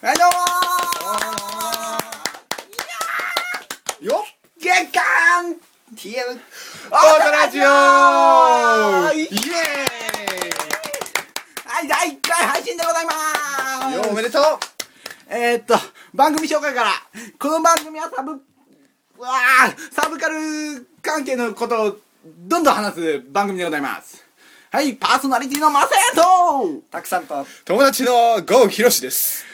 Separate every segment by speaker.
Speaker 1: はい、どうもー
Speaker 2: よっ
Speaker 1: 月刊 !TM!
Speaker 2: オートラジオ
Speaker 1: は
Speaker 2: イエ
Speaker 1: い、第1回配信でございま
Speaker 2: ーイよ
Speaker 1: ーす
Speaker 2: おめでとう
Speaker 1: えー、っと、番組紹介から、この番組はサブ、うわーサブカル関係のことをどんどん話す番組でございます。はい、パーソナリティのマセと
Speaker 3: たくさんと
Speaker 2: 友達の郷ひろしです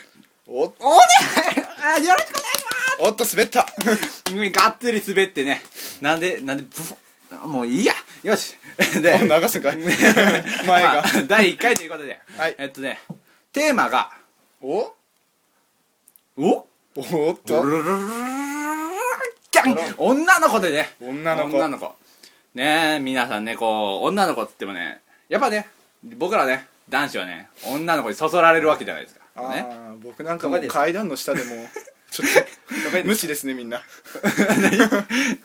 Speaker 1: お
Speaker 2: お
Speaker 1: ねあよろしくお願いします
Speaker 2: おっと滑 った
Speaker 1: がっつり滑ってねなんでなんでブフッもういいやよし で
Speaker 2: お流す んかい前
Speaker 1: まあ、
Speaker 2: が
Speaker 1: 第1回ということで、
Speaker 2: はい
Speaker 1: えっとねテーマが
Speaker 2: お
Speaker 1: お
Speaker 2: おっ
Speaker 1: ド
Speaker 2: と
Speaker 1: ルルルルルルルルキャン女の子でね
Speaker 2: 女の子
Speaker 1: 女の子ねえ皆さんねこう女の子って言ってもねやっぱね僕らね男子はね女の子にそそられるわけじゃないですかね
Speaker 2: あー僕なんかもう階段の下 でもうちょっと無視ですねみんな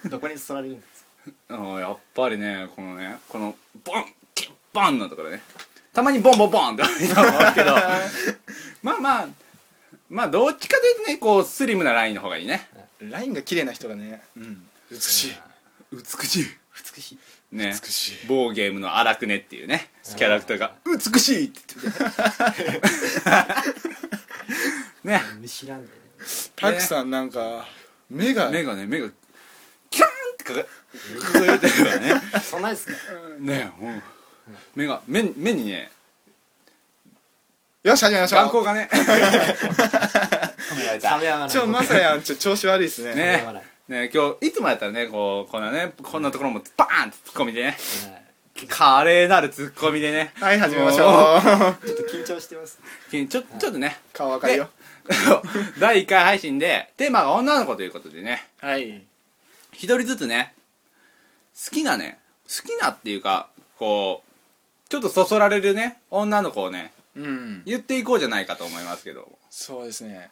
Speaker 3: どこに座られるんです
Speaker 1: うんやっぱりねこのねこのボンキュッボンのところねたまにボンボンボンって あると思うけどまあまあまあどっちかというとねこうスリムなラインの方がいいね
Speaker 2: ラインが綺麗な人がねうん美しい
Speaker 1: 美しい
Speaker 3: か美しい
Speaker 1: ね
Speaker 2: 美しい
Speaker 1: 某ゲームの荒くねっていうねキャラクターが
Speaker 2: 美しいって言って
Speaker 1: ね
Speaker 3: 見知らんでね
Speaker 2: たくさんなんか目が
Speaker 1: 目がね目がキャーンってかか輝いてるからね
Speaker 3: そんなですか
Speaker 1: ねもう目が目目にね
Speaker 2: よし始めましょ
Speaker 1: 眼光
Speaker 2: う
Speaker 1: がね
Speaker 3: 冷めやがない
Speaker 2: ちょまさやんちょ調子悪いですね
Speaker 1: ね
Speaker 3: 笑
Speaker 1: ね今日いつもやったらねこうこんなねこんなところもバーンってツッコミでね華麗なるツッコミでね
Speaker 2: はい始めましょう
Speaker 3: ちょっと緊張してます
Speaker 1: ちょちょっとね
Speaker 2: 顔赤いよ
Speaker 1: 第1回配信でテーマが女の子ということでね
Speaker 2: はい
Speaker 1: 一人ずつね好きなね好きなっていうかこうちょっとそそられるね女の子をね
Speaker 2: うん
Speaker 1: 言っていこうじゃないかと思いますけど
Speaker 2: そうですね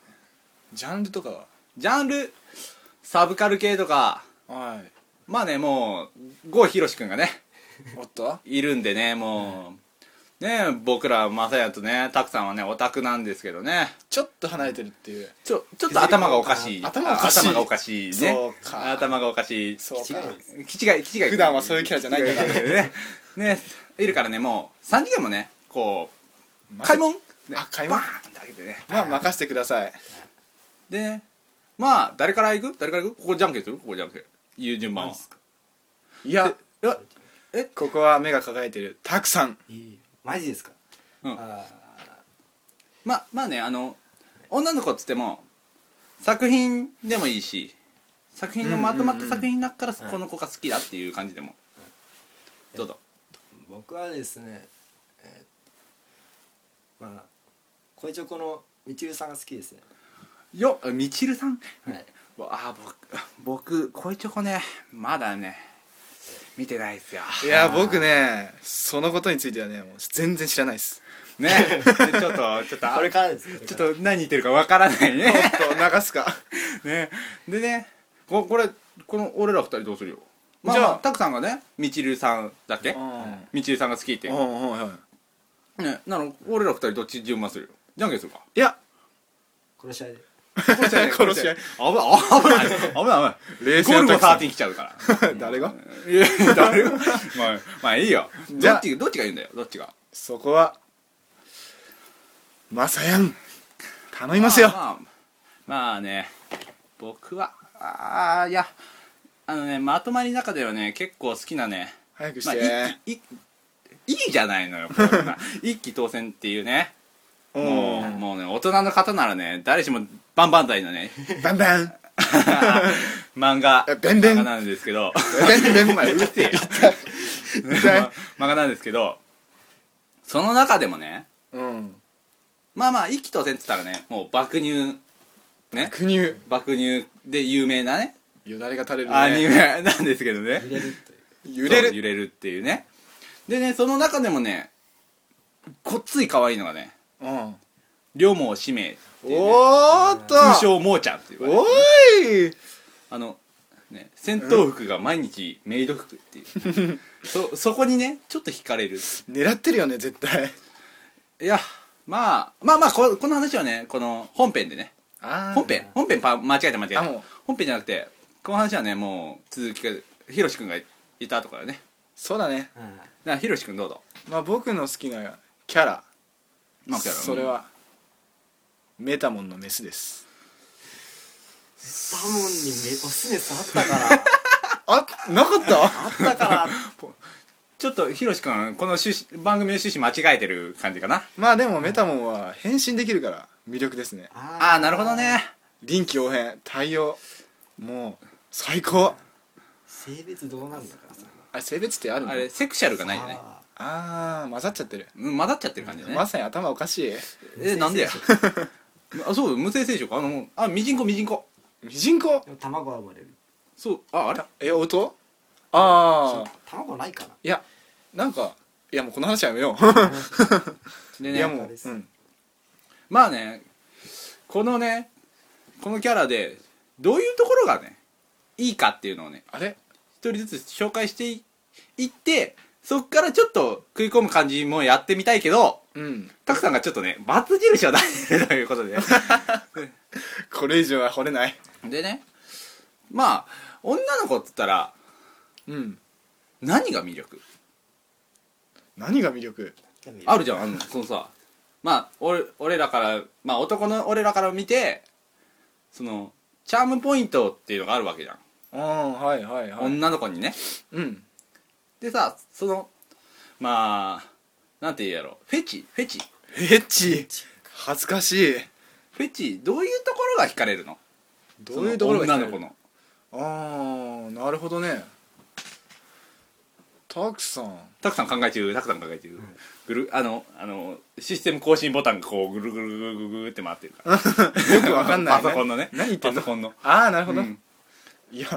Speaker 2: ジャンルとかは
Speaker 1: ジャンルサブカル系とか
Speaker 2: はい
Speaker 1: まあねもう郷ひろしくんがね
Speaker 2: おっと
Speaker 1: いるんでねもう、ね僕らまさやとねたくさんはねオタクなんですけどね
Speaker 2: ちょっと離れてるっていう
Speaker 1: ちょちょっと頭がおかしい
Speaker 2: 頭がおかしい
Speaker 1: 頭がおかしいね
Speaker 2: そうか
Speaker 1: 頭がおかしい
Speaker 2: そうか
Speaker 1: 気違い気違い
Speaker 2: 普段はそういうキャラじゃないから
Speaker 1: 気違いね ねいるからねもう3時間もねこう開門ね
Speaker 2: あ開門
Speaker 1: バーンって開けてね
Speaker 2: まあ任せてください
Speaker 1: でねまあ誰から行く誰から行くここじゃんけんするここじゃんけんいう順番はい
Speaker 2: や
Speaker 1: いや
Speaker 2: ここは目が輝いてるたくさん
Speaker 3: いいマジですか
Speaker 1: うん
Speaker 3: あ
Speaker 1: まあまあねあの女の子っつっても作品でもいいし作品のまとまった作品だから
Speaker 3: うん
Speaker 1: この子が好きだっていう感じでもどうぞ
Speaker 3: ー僕はですねえーまあこいちょこのみちるさんが好きですね
Speaker 1: よっみちるさん
Speaker 3: はい
Speaker 1: あー僕僕恋チョコねまだね見てないっすよ
Speaker 2: いや僕ねそのことについてはねもう全然知らないです
Speaker 1: ねでちょっとちょっとあ
Speaker 3: これからです
Speaker 1: ちょっと何言ってるかわからないね
Speaker 2: ちょっと流すか
Speaker 1: ねでねここれこの俺ら二人どうするよまあ、
Speaker 2: じゃあ
Speaker 1: まあ、たくさんがねみちるさんだっけ
Speaker 2: ん
Speaker 1: みちるさんが好きって
Speaker 2: うんうんうん
Speaker 1: ねなの俺ら二人どっち順番するよじゃんけんするか
Speaker 2: いや
Speaker 3: 殺し合いで
Speaker 1: 殺し合い
Speaker 2: 殺し合い
Speaker 1: 危ない 危ない危ない
Speaker 2: 冷
Speaker 1: 危ないゴルゴ
Speaker 2: なた
Speaker 1: 13来ちゃうから
Speaker 2: くさん 誰が
Speaker 1: いや誰 がまあまあいいよ
Speaker 2: じ
Speaker 1: ど
Speaker 2: ゃあ
Speaker 1: っちどっちがいいんだよどっちが
Speaker 2: そこはまさやん頼みますよ
Speaker 1: まあ、まあね僕はああいやあのねまとまりの中ではね結構好きなね
Speaker 2: 早くし
Speaker 1: まあ、
Speaker 2: て、
Speaker 1: いいいいじゃないのよこ れは一期当選っていうねもうもうね大人の方ならね誰しもバンバンダイのね
Speaker 2: バンバン
Speaker 1: 漫画
Speaker 2: えベンベン
Speaker 1: 漫画なんですけど
Speaker 2: ベンベンベン
Speaker 1: お前うるせえよ
Speaker 2: 痛い
Speaker 1: 漫画なんですけどその中でもね
Speaker 2: うん
Speaker 1: まあまあ一期当選っつったらねもう爆乳ね
Speaker 2: 苦乳
Speaker 1: 爆乳で有名なね
Speaker 2: よだれが垂れるね
Speaker 1: アニメなんですけどね
Speaker 3: 揺れるという
Speaker 2: 揺れ
Speaker 1: そう
Speaker 2: る
Speaker 1: 揺れるっていうねでねその中でもねこっつい可愛いのがね
Speaker 2: うん
Speaker 1: 両毛氏名っていう、ね、
Speaker 2: おーっと
Speaker 1: 通称もーちゃんっていう、ね、
Speaker 2: おーい
Speaker 1: あのね戦闘服が毎日メイド服っていう、 そそこにねちょっと惹かれる
Speaker 2: 狙ってるよね絶対
Speaker 1: いやまあまあまあここの話はねこの本編でね
Speaker 2: あー
Speaker 1: 本編本編パ間違えた間違えた
Speaker 2: あもう
Speaker 1: 本編じゃなくてこの話はねもう続きがひろし君がいたところだね
Speaker 2: そうだね
Speaker 3: うん
Speaker 1: なひろし君どうぞ
Speaker 2: まあ僕の好きなキャラ
Speaker 1: まあ
Speaker 2: それはメタモンのメスです
Speaker 3: サモンにメオスネスあったから
Speaker 2: あなかった
Speaker 3: あったから
Speaker 1: ちょっとひろし君この趣旨番組の趣旨間違えてる感じかな
Speaker 2: まあでもメタモンは変身できるから魅力ですね
Speaker 1: あ
Speaker 3: あ
Speaker 1: あなるほどね
Speaker 2: 臨機応変対応もう最高
Speaker 3: 性別どうなんだからさ
Speaker 2: あれ性別ってあるの
Speaker 1: あれセクシャルがないよね
Speaker 3: あ
Speaker 2: あー混ざっちゃってる
Speaker 1: うん混ざっちゃってる感じだね
Speaker 2: まさに頭おかしい
Speaker 1: えなんでやあそう無性生殖あのあミジンコミジンコ
Speaker 2: ミジンコ
Speaker 3: ーでも卵は生まれる
Speaker 1: そうああれ
Speaker 2: え音ああ
Speaker 3: 卵ないかない
Speaker 2: やなんかいやもうこの話はやめよう
Speaker 1: で
Speaker 2: い
Speaker 1: ね
Speaker 2: やもう、
Speaker 3: です
Speaker 2: うん、
Speaker 1: まあねこのねこのキャラでどういうところがねいいかっていうのをね
Speaker 2: あれ
Speaker 1: 一人ずつ紹介していいってそっからちょっと食い込む感じもやってみたいけど
Speaker 2: うん
Speaker 1: たくさんがちょっとねバツ印を出してるということで
Speaker 2: これ以上は掘れない
Speaker 1: でねまあ女の子っつったら
Speaker 2: うん
Speaker 1: 何が魅力
Speaker 2: 何が魅力
Speaker 1: あるじゃんあのそのさまあ俺俺らからまあ男の俺らから見てそのチャームポイントっていうのがあるわけじゃん、
Speaker 2: ああはいはいはい
Speaker 1: 女の子にね
Speaker 2: うん
Speaker 1: でさそのまあなんて言うやろフェチフェチ
Speaker 2: エッチ恥ずかしい
Speaker 1: フェチどういうところが惹かれるの
Speaker 2: どういうところが
Speaker 1: その女の子の
Speaker 2: ああなるほどねたくさん
Speaker 1: たくさん考え中たくさん考え中、ぐるあのあのシステム更新ボタンがこうぐるぐるぐるぐるぐるって回ってるから
Speaker 2: よくわかん ない、ね、
Speaker 1: パソコンのね
Speaker 2: 何言ってん
Speaker 1: パ
Speaker 2: の
Speaker 1: ソコンの
Speaker 2: ああなるほど、
Speaker 1: うん
Speaker 2: いや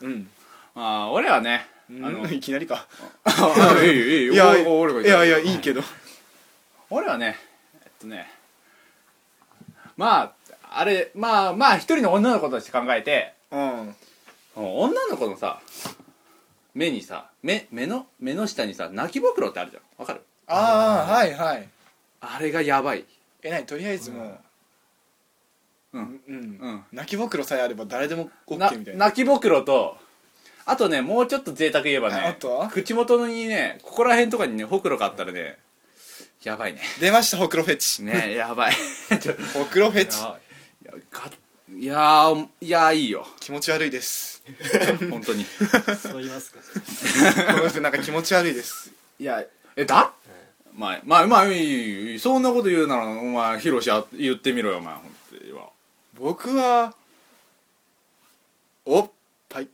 Speaker 2: うん、
Speaker 1: まあ俺はねあ
Speaker 2: あ
Speaker 1: の
Speaker 2: のいきなりか
Speaker 1: あいいよいいよ
Speaker 2: いやい
Speaker 1: お俺が言った
Speaker 2: やいやいいけど
Speaker 1: 俺はねえっとねまああれまあまあ一人の女の子として考えて
Speaker 2: うん
Speaker 1: 女の子のさ目にさ目目の目の下にさ泣きぼくろってあるじゃんわかる
Speaker 2: ああはいはい
Speaker 1: あれがやばい
Speaker 2: えなにとりあえずもう
Speaker 1: う
Speaker 2: うんん、
Speaker 1: うん
Speaker 2: 泣きぼくろさえあれば誰でも
Speaker 1: な
Speaker 2: OK みたいな
Speaker 1: 泣きぼくろとあとねもうちょっと贅沢言えば
Speaker 2: ああ
Speaker 1: ね
Speaker 2: とは
Speaker 1: 口元にねここら辺とかにねほくろがあったらねや ばいね
Speaker 2: 出ましたほくろフェチ
Speaker 1: ねや ばいちょっと
Speaker 2: ほくろフェチ
Speaker 1: いやかいやーいやーいいよ
Speaker 2: 気持ち悪いです
Speaker 1: 本当に
Speaker 3: そう言いますか
Speaker 2: この人なんか気持ち悪 いです
Speaker 1: いやえだまあまあまあいいいいいいそんなこと言うならお前ヒロシは言ってみろよお前本当には
Speaker 2: 僕はおっぱい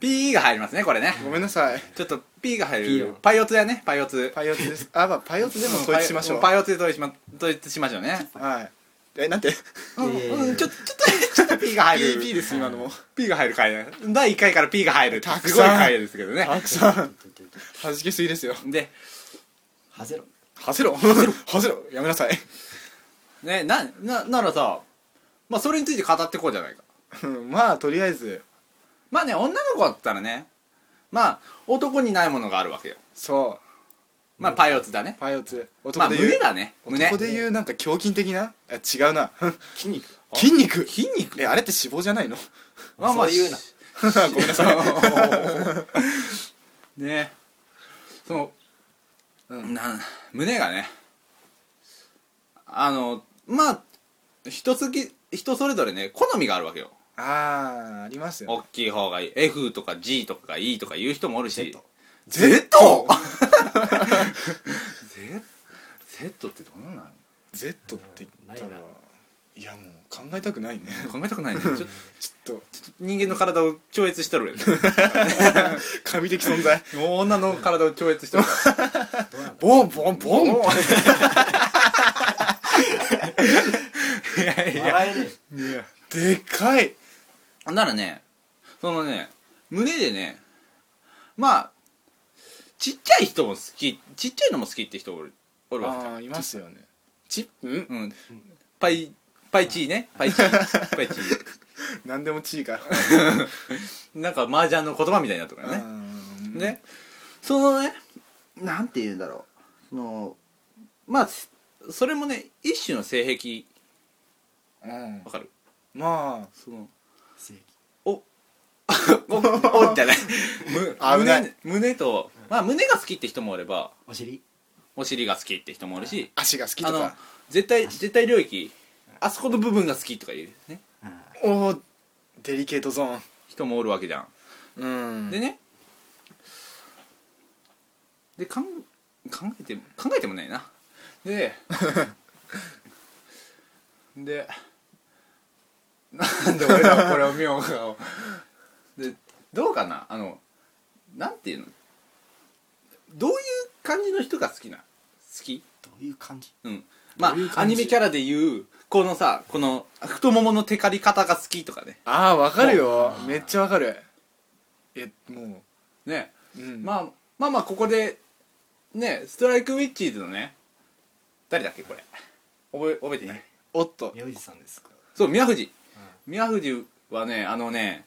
Speaker 1: ピーが入りますねこれね
Speaker 2: ごめんなさい
Speaker 1: ちょっとピーが入
Speaker 3: ピ
Speaker 1: る
Speaker 3: ーを
Speaker 1: パイオツだよねパイオツ
Speaker 2: パイオツですあまあパイオツでも統一しましょう
Speaker 1: パイオツで統一しま統一しましょうね
Speaker 2: はいえなんて
Speaker 1: うん
Speaker 3: いやいやいや
Speaker 1: うんちょっとちょっとちょっとピーが入る
Speaker 2: PP です今のも
Speaker 1: ピーが入る回だね第1回からピーが入る
Speaker 2: たくさん
Speaker 1: すごい回ですけどね
Speaker 2: たくさんはじけすぎですよ
Speaker 1: で
Speaker 3: ハゼロ
Speaker 2: はせろはせろはせろやめなさい
Speaker 1: ねななならさまあそれについて語ってこうじゃないか
Speaker 2: うんまあとりあえず
Speaker 1: まあね女の子だったらねまあ男にないものがあるわけよ
Speaker 2: そ
Speaker 1: まあパイオツだね
Speaker 2: うパイオツ
Speaker 1: まあ
Speaker 2: 男で言う、
Speaker 1: 胸だね胸
Speaker 2: 男で言うなんか胸筋的なあ違うな
Speaker 3: 筋肉
Speaker 2: 筋肉
Speaker 1: 筋肉
Speaker 2: えあれって脂肪じゃないの
Speaker 1: まあまあ
Speaker 3: そう言 うな
Speaker 2: ごめんなさい
Speaker 1: ねその、
Speaker 2: うん
Speaker 1: な胸がねあのまあ人好き人それぞれね好みがあるわけよ
Speaker 2: あーありますよ、ね、
Speaker 1: 大きい方がいい F とか G とかがいいとか言う人もおるし
Speaker 2: Z
Speaker 1: Z, Z ってどうなんなの
Speaker 2: Z って言った
Speaker 3: な
Speaker 2: ら
Speaker 3: いない
Speaker 2: やもう考えたく ないね
Speaker 1: 考えたくないねちょっと
Speaker 2: ちょっと
Speaker 1: 人間の体を超越しとるよね
Speaker 2: 神的存在
Speaker 1: もう 女の体を超越しとるから
Speaker 3: どうなんだ
Speaker 2: ボンボンボン
Speaker 1: いやいや
Speaker 3: 笑えね
Speaker 2: でかい
Speaker 1: ならね、そのね、胸でね、まあ、ちっちゃい人も好き、ちっちゃいのも好きって人おるおるわけじゃ
Speaker 2: ああいますよねチップ
Speaker 1: ん。うん。パイ、パイチーね。パイチー。パイチー。
Speaker 2: 何でもチーか
Speaker 1: なんか麻雀の言葉みたいになっとるからね。
Speaker 2: うん
Speaker 1: ね。そのね、なんて言うんだろう。その、まあ、それもね一種の性癖
Speaker 2: うん
Speaker 1: わかる
Speaker 2: ま
Speaker 1: その
Speaker 3: 正義
Speaker 1: おおおじゃないむ
Speaker 2: あ危ない
Speaker 1: 胸胸と、まあ、胸が好きって人もおれば
Speaker 3: お尻
Speaker 1: お尻が好きって人もおるし
Speaker 2: あ足が好き
Speaker 1: あ
Speaker 2: と
Speaker 1: の
Speaker 2: か
Speaker 1: 絶対絶対領域あそこの部分が好きとかいうね
Speaker 3: ああ
Speaker 2: おおデリケートゾーン
Speaker 1: 人もおるわけじゃん
Speaker 2: うん
Speaker 1: でねでかん考えて考えてもないな ででなんで俺らはこれを見ようかをでどうかなあのなんていうのどういう感じの人が好きな好き
Speaker 3: どういう感じ
Speaker 1: うんまあ
Speaker 3: どういう感じ
Speaker 1: アニメキャラでいうこのさこの太もものテカり方が好きとかね
Speaker 2: ああわかるよめっちゃわかるえも
Speaker 1: ね
Speaker 2: う、うん、
Speaker 1: まあまあまあここでねストライクウィッチーズのね誰だっけこれ覚え覚えてない
Speaker 2: おっと
Speaker 3: 宮司さんですか
Speaker 1: そう宮藤宮藤はねあのね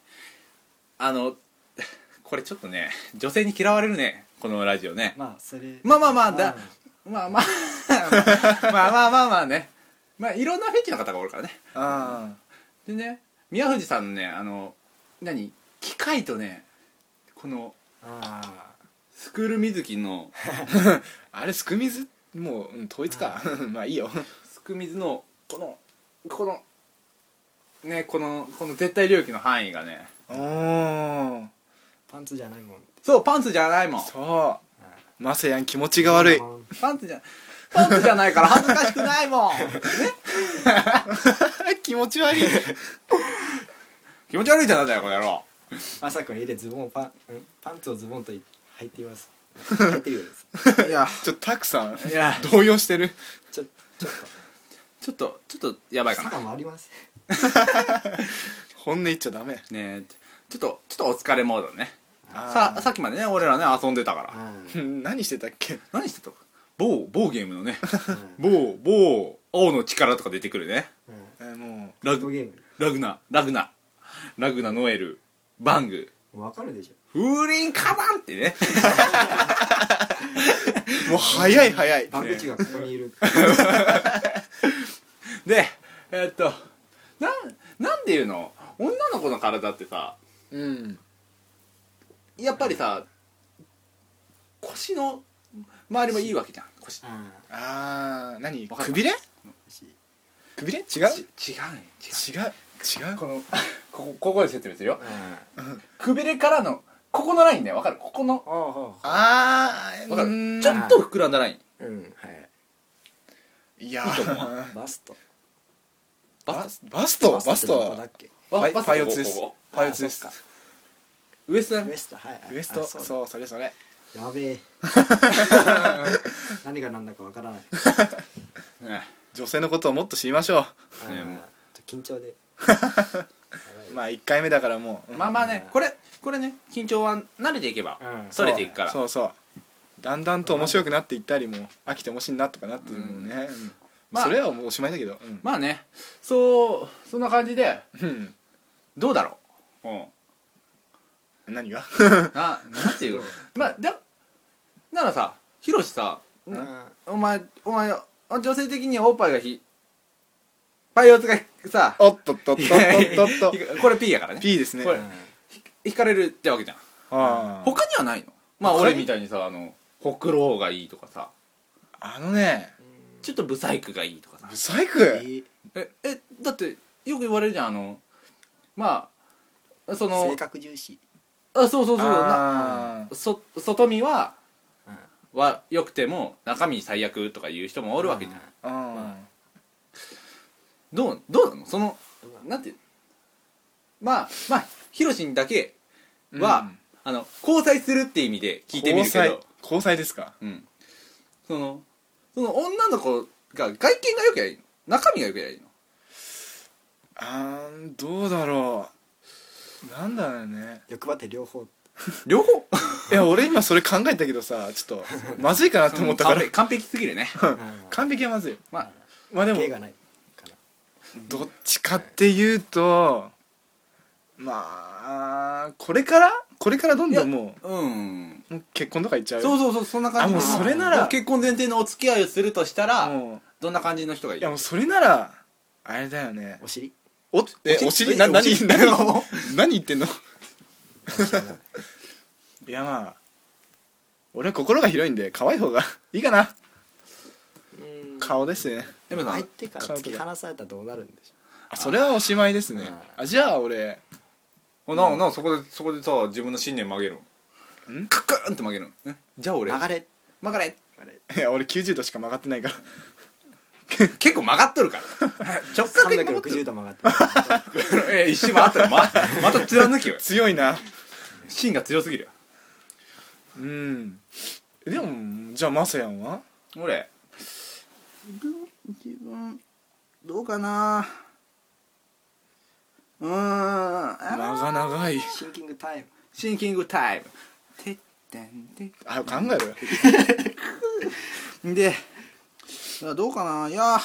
Speaker 1: あの これちょっとね女性に嫌われるねこのラジオね
Speaker 3: まあそれ
Speaker 1: まあまあまあだ
Speaker 3: うん
Speaker 1: まあまあまあまあまあまあねまあいろんなフェチの方がおるからね
Speaker 2: あ
Speaker 1: でね宮藤さんのねあの何機械とねこの
Speaker 3: ああ
Speaker 1: スクール水着の
Speaker 2: ああれすくみずもう、うん、統一か まあいいよ
Speaker 1: すく水のこのこのねこのこの絶対領域の範囲がね
Speaker 2: おー
Speaker 3: パンツじゃないもん
Speaker 1: そうパンツじゃないもん
Speaker 2: そ
Speaker 3: ああ
Speaker 2: うマセヤン気持ちが悪い
Speaker 1: パンツじゃパンツじゃないから恥ずかしくないもん
Speaker 2: 気持ち悪い
Speaker 1: 気持ち悪いじゃないだよこの野郎
Speaker 3: 朝から家でズボンをパンんパンツをズボンとい履いています履いてるようです
Speaker 1: いや
Speaker 2: ちょっとタクさん
Speaker 1: いや
Speaker 2: 動揺してる
Speaker 3: ちょちょっ
Speaker 1: ちょっとちょっとやばい
Speaker 3: と
Speaker 1: かな
Speaker 3: 肩もあります
Speaker 2: 本音言っちゃダメ
Speaker 1: ねちょっとちょっとお疲れモードね
Speaker 2: あ
Speaker 1: ささっきまでね俺らね遊んでたから
Speaker 3: うん
Speaker 2: うん 何してたっけ
Speaker 1: 何してたか某某ゲームのね
Speaker 3: う
Speaker 1: 某
Speaker 3: ん
Speaker 1: 某青の力とか出てくるね
Speaker 3: うん
Speaker 2: えーも
Speaker 1: ラ
Speaker 3: ボード
Speaker 1: グ
Speaker 3: ゲーム
Speaker 1: ラグナラグナラグナノエルバング
Speaker 3: わかるでし
Speaker 1: 風林火山ってね
Speaker 2: うもう早い早い
Speaker 3: ょバンクチがここにいる
Speaker 1: でえーっとなんなんでいうの女の子の体ってさ
Speaker 2: うん
Speaker 1: やっぱりさ腰の周りもいいわけじゃん腰違
Speaker 3: あ
Speaker 2: あー何
Speaker 1: わかる
Speaker 2: くびれ
Speaker 3: あし
Speaker 2: くびれ違う
Speaker 1: うね違
Speaker 2: 違う違
Speaker 1: う
Speaker 2: う
Speaker 1: このここここで説明するよ
Speaker 3: あ
Speaker 1: くびれからのここのラインねわかるここの
Speaker 3: あああ
Speaker 2: あー
Speaker 1: わか
Speaker 2: うー
Speaker 1: る
Speaker 2: ん
Speaker 1: ちょっと膨らんだライン
Speaker 3: うんはい
Speaker 2: いや
Speaker 1: いいと思
Speaker 2: ー
Speaker 3: バスト
Speaker 2: バスバストバス
Speaker 3: ってどこ
Speaker 2: ト
Speaker 3: だっけ
Speaker 1: わ
Speaker 2: パイ
Speaker 1: バス
Speaker 2: パイオツです
Speaker 1: こここ
Speaker 2: パイオツです
Speaker 3: あそっ
Speaker 1: こウエストだ
Speaker 3: ウエ
Speaker 1: ね
Speaker 3: ストはい
Speaker 2: ウエスト
Speaker 3: あ
Speaker 2: そう
Speaker 3: う
Speaker 2: それそれ
Speaker 3: やべえ何が何だかわからない
Speaker 1: ね
Speaker 2: 女性のことをもっと知りましょ
Speaker 3: あ
Speaker 1: ねもう
Speaker 3: ー緊張で
Speaker 2: うまあ1回目だからもううん
Speaker 1: まあまあねこれこれね緊張は慣れていけば
Speaker 3: うん
Speaker 1: それていくから
Speaker 2: そうそうだんだんと面白くなっていったりも飽きて面白いなとかなってるもんね、うん
Speaker 1: まあ
Speaker 2: それはもうおしまいだけど、うん
Speaker 1: まあねそうそんな感じで
Speaker 2: うん
Speaker 1: どうだろううん
Speaker 2: 何が
Speaker 1: ななんていうのまあだならさヒロシさ
Speaker 3: うん
Speaker 1: お前お前女性的にはおっぱいがひパイオツがひさ
Speaker 2: おっとっとっとっとっとっと
Speaker 1: これ P やからね
Speaker 2: P ですね
Speaker 1: これ
Speaker 3: うん
Speaker 1: 引かれるってわけじゃん
Speaker 2: あー
Speaker 1: 他にはないのまあ
Speaker 2: 他に
Speaker 1: 俺みたいにさあのほくろがいいとかさ
Speaker 2: あのね
Speaker 1: ちょっとブサイクがいいとかさ
Speaker 2: ブサイ
Speaker 3: え
Speaker 2: ク
Speaker 3: ー
Speaker 1: ええだってよく言われるじゃんあのまあその
Speaker 3: 性格重視
Speaker 1: あそうそうそうな
Speaker 2: あ
Speaker 1: そ外見は
Speaker 3: うん
Speaker 1: は良くても中身最悪とかいう人もおるわけじゃん
Speaker 2: ーうん
Speaker 1: どうどうなのそのなんていうまあまあヒロシにだけ
Speaker 2: うん
Speaker 1: は、あの交際するって意味で聞いてみるけ
Speaker 2: 交際
Speaker 1: ど、
Speaker 2: 交際ですか
Speaker 1: うん、そのその女の子が外見が良ければいいの中身が良ければいいの
Speaker 2: あーどうだろうなんだろうね
Speaker 3: 欲張って両方
Speaker 1: 両方
Speaker 2: いや俺今それ考えたけどさちょっとまずいかなって思ったから
Speaker 1: 完璧完璧すぎるね
Speaker 2: 完璧はまずい
Speaker 1: まあ
Speaker 2: まあでも
Speaker 3: 芸がないかな
Speaker 2: どっちかっていうとまあこれからこれからどんどんも
Speaker 1: うん
Speaker 2: うもう結婚とかいっちゃう
Speaker 1: そうそうそうそんな感じ
Speaker 2: あもう
Speaker 3: それなら
Speaker 1: 結婚前提のお付き合いをするとしたら
Speaker 2: もう
Speaker 1: どんな感じの人がいい
Speaker 2: いやもうそれならあれだよね
Speaker 3: お尻
Speaker 2: おえお
Speaker 1: お尻
Speaker 2: 尻な
Speaker 1: お
Speaker 2: 何
Speaker 1: 尻
Speaker 2: 何 何言 ってんのいやまあ俺は心が広いんで可愛い方がいいかな
Speaker 3: うん
Speaker 2: 顔ですね
Speaker 1: でもさ
Speaker 3: 相手から突き放されたらどうなるんでし
Speaker 2: あそれはおしまいですね
Speaker 3: う
Speaker 2: あじゃあ俺
Speaker 1: ななそこでそこでさ自分の信念曲げる
Speaker 2: ん
Speaker 1: カクーンって曲げるのんじゃあ
Speaker 3: ょ
Speaker 1: 俺
Speaker 3: 流れ
Speaker 1: 曲がれ
Speaker 2: いや俺90度しか曲がってないから
Speaker 1: 結構曲がっとるから 直角に曲がっとる
Speaker 3: 360度曲がってる
Speaker 1: え一周回ったらままた貫きよ
Speaker 2: 強いな
Speaker 1: 芯が強すぎるよ
Speaker 2: うんでもじゃあマサヤンは
Speaker 1: 俺自分どうかなうーんあ
Speaker 2: 長長い
Speaker 3: シンキングタイム
Speaker 1: シンキングタイムてってんて
Speaker 2: あ考えろよ
Speaker 1: であどうかないや